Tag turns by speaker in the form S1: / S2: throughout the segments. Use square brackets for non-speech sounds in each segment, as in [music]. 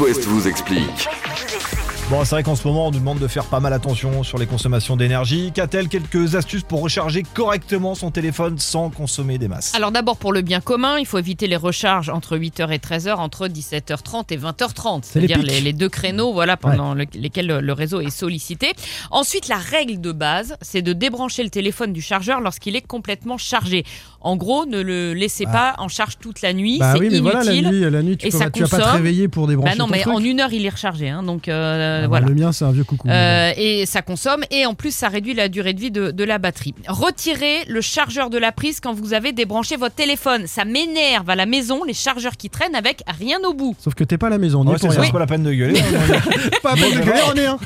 S1: West vous explique.
S2: Bon, c'est vrai qu'en ce moment, on nous demande de faire pas mal attention sur les consommations d'énergie. Qu'a-t-elle quelques astuces pour recharger correctement son téléphone sans consommer des masses
S3: Alors d'abord pour le bien commun, il faut éviter les recharges entre 8h et 13h, entre 17h30 et 20h30,
S2: les
S3: c'est-à-dire
S2: pics.
S3: les, les deux créneaux voilà, pendant le- lesquels le, le réseau est sollicité. Ensuite, la règle de base, c'est de débrancher le téléphone du chargeur lorsqu'il est complètement chargé. En gros, ne le laissez pas en charge toute la nuit,
S4: Bah
S3: c'est
S4: oui, mais
S3: inutile.
S4: voilà, la nuit, la nuit tu,
S3: et
S4: peux,
S3: ça
S4: tu vas pas te
S3: consomme.
S4: réveiller pour
S3: Bah
S4: débrancher
S3: non,
S4: ton
S3: mais
S4: truc.
S3: en une heure, il est rechargé, hein, donc euh,
S4: Ah bah,
S3: voilà.
S4: Le mien, c'est un vieux
S2: Mmh.
S4: coucou.
S3: Euh, et ça consomme et en plus ça réduit la durée de vie de, de la batterie. Retirez le chargeur de la prise quand vous avez débranché votre téléphone. Ça m'énerve à la maison les chargeurs qui traînent avec rien au bout.
S4: Sauf que t'es pas à la maison, on y
S2: Ouais,
S4: est
S2: c'est
S4: pour
S2: ça, c'est
S4: rien.
S2: pas la peine de
S3: [laughs]
S2: gueuler. hein,
S4: Pas à peine de gueuler, on est un.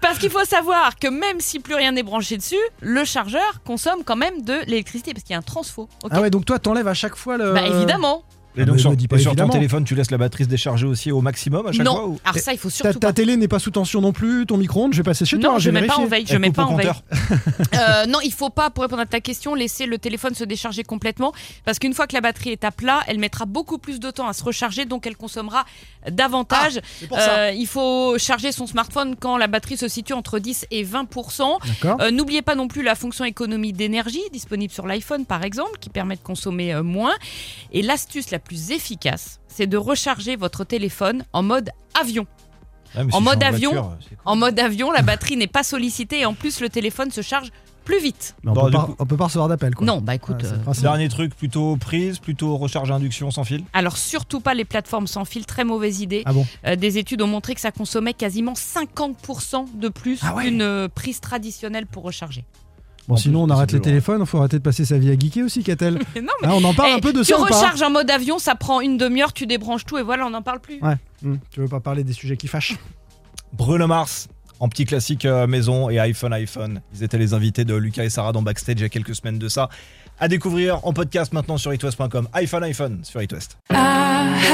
S3: Parce qu'il faut savoir que même si plus rien n'est branché dessus, le chargeur consomme quand même de l'électricité parce qu'il y a un transfo. ok
S4: Ah ouais, donc toi, t'enlèves à chaque fois le.
S3: Bah évidemment.
S2: Et donc,
S4: Mais
S2: sur,
S4: me dis pas
S2: et sur ton
S4: évidemment.
S2: téléphone, tu laisses la batterie se décharger aussi au maximum à chaque fois
S3: Non. Ah,
S2: ou-
S3: Alors ça il faut
S4: Ta,
S3: surtout
S4: ta
S3: pas.
S4: télé n'est pas sous tension non plus, ton micro-ondes, je vais passer chez toi.
S3: Non, je
S4: vais
S3: mets pas en
S4: vérifier.
S3: veille. Je
S2: Elle
S3: mets
S2: coupe
S3: pas
S2: au
S3: en veille.
S2: compteur.
S3: Euh, non, il faut pas, pour répondre à ta question, laisser le téléphone se décharger complètement, parce qu'une fois que la batterie est à plat, elle mettra beaucoup plus de temps à se recharger, donc elle consommera davantage.
S4: Ah,
S3: Euh, il faut charger son smartphone quand la batterie se situe entre 10 et 20
S4: D'accord.
S3: Euh, N'oubliez pas non plus la fonction économie d'énergie disponible sur l'iPhone par exemple, qui permet de consommer euh, moins. Et l'astuce la plus efficace, c'est de recharger votre téléphone en mode avion.
S2: Ouais, Ah, mais
S3: En
S2: si
S3: mode
S2: je suis
S3: avion.
S2: voiture, c'est cool.
S3: En mode avion, la batterie n'est pas sollicitée et en plus le téléphone se charge plus vite.
S4: Mais on,
S2: Bon, Bah,
S4: peut
S2: du
S4: pas,
S2: coup-
S4: on peut pas recevoir d'appel, quoi.
S3: Non, bah
S4: Ah,
S3: écoute.
S4: c'est
S3: euh,
S4: le principe.
S2: Dernier truc, plutôt prise, plutôt recharge à induction sans fil.
S3: Alors surtout pas les plateformes sans fil, très mauvaise idée.
S4: Ah bon
S3: Euh, des études ont montré que ça consommait quasiment 50% de plus
S4: Ah ouais.
S3: qu'une euh, prise traditionnelle pour recharger.
S4: Bon,
S2: En
S4: sinon,
S2: plus,
S4: on arrête les
S2: visiblement.
S4: téléphones, faut arrêter de passer sa vie à geeker aussi,
S3: [laughs]
S4: Catel.
S3: non,
S4: Ah, on en parle
S3: Eh,
S4: un peu de
S3: tu
S4: ça ou pas
S3: recharges en mode avion, ça prend une demi-heure, tu débranches tout et voilà, on n'en parle plus.
S4: Hmm, Tu veux pas parler des sujets qui fâchent
S2: Bruno Mars, en petit classique euh, maison et iPhone iPhone. Ils étaient les invités de Lucas et Sarah dans Backstage il y a quelques semaines de ça. À découvrir en podcast maintenant sur itwest.com. iPhone iPhone sur itwest.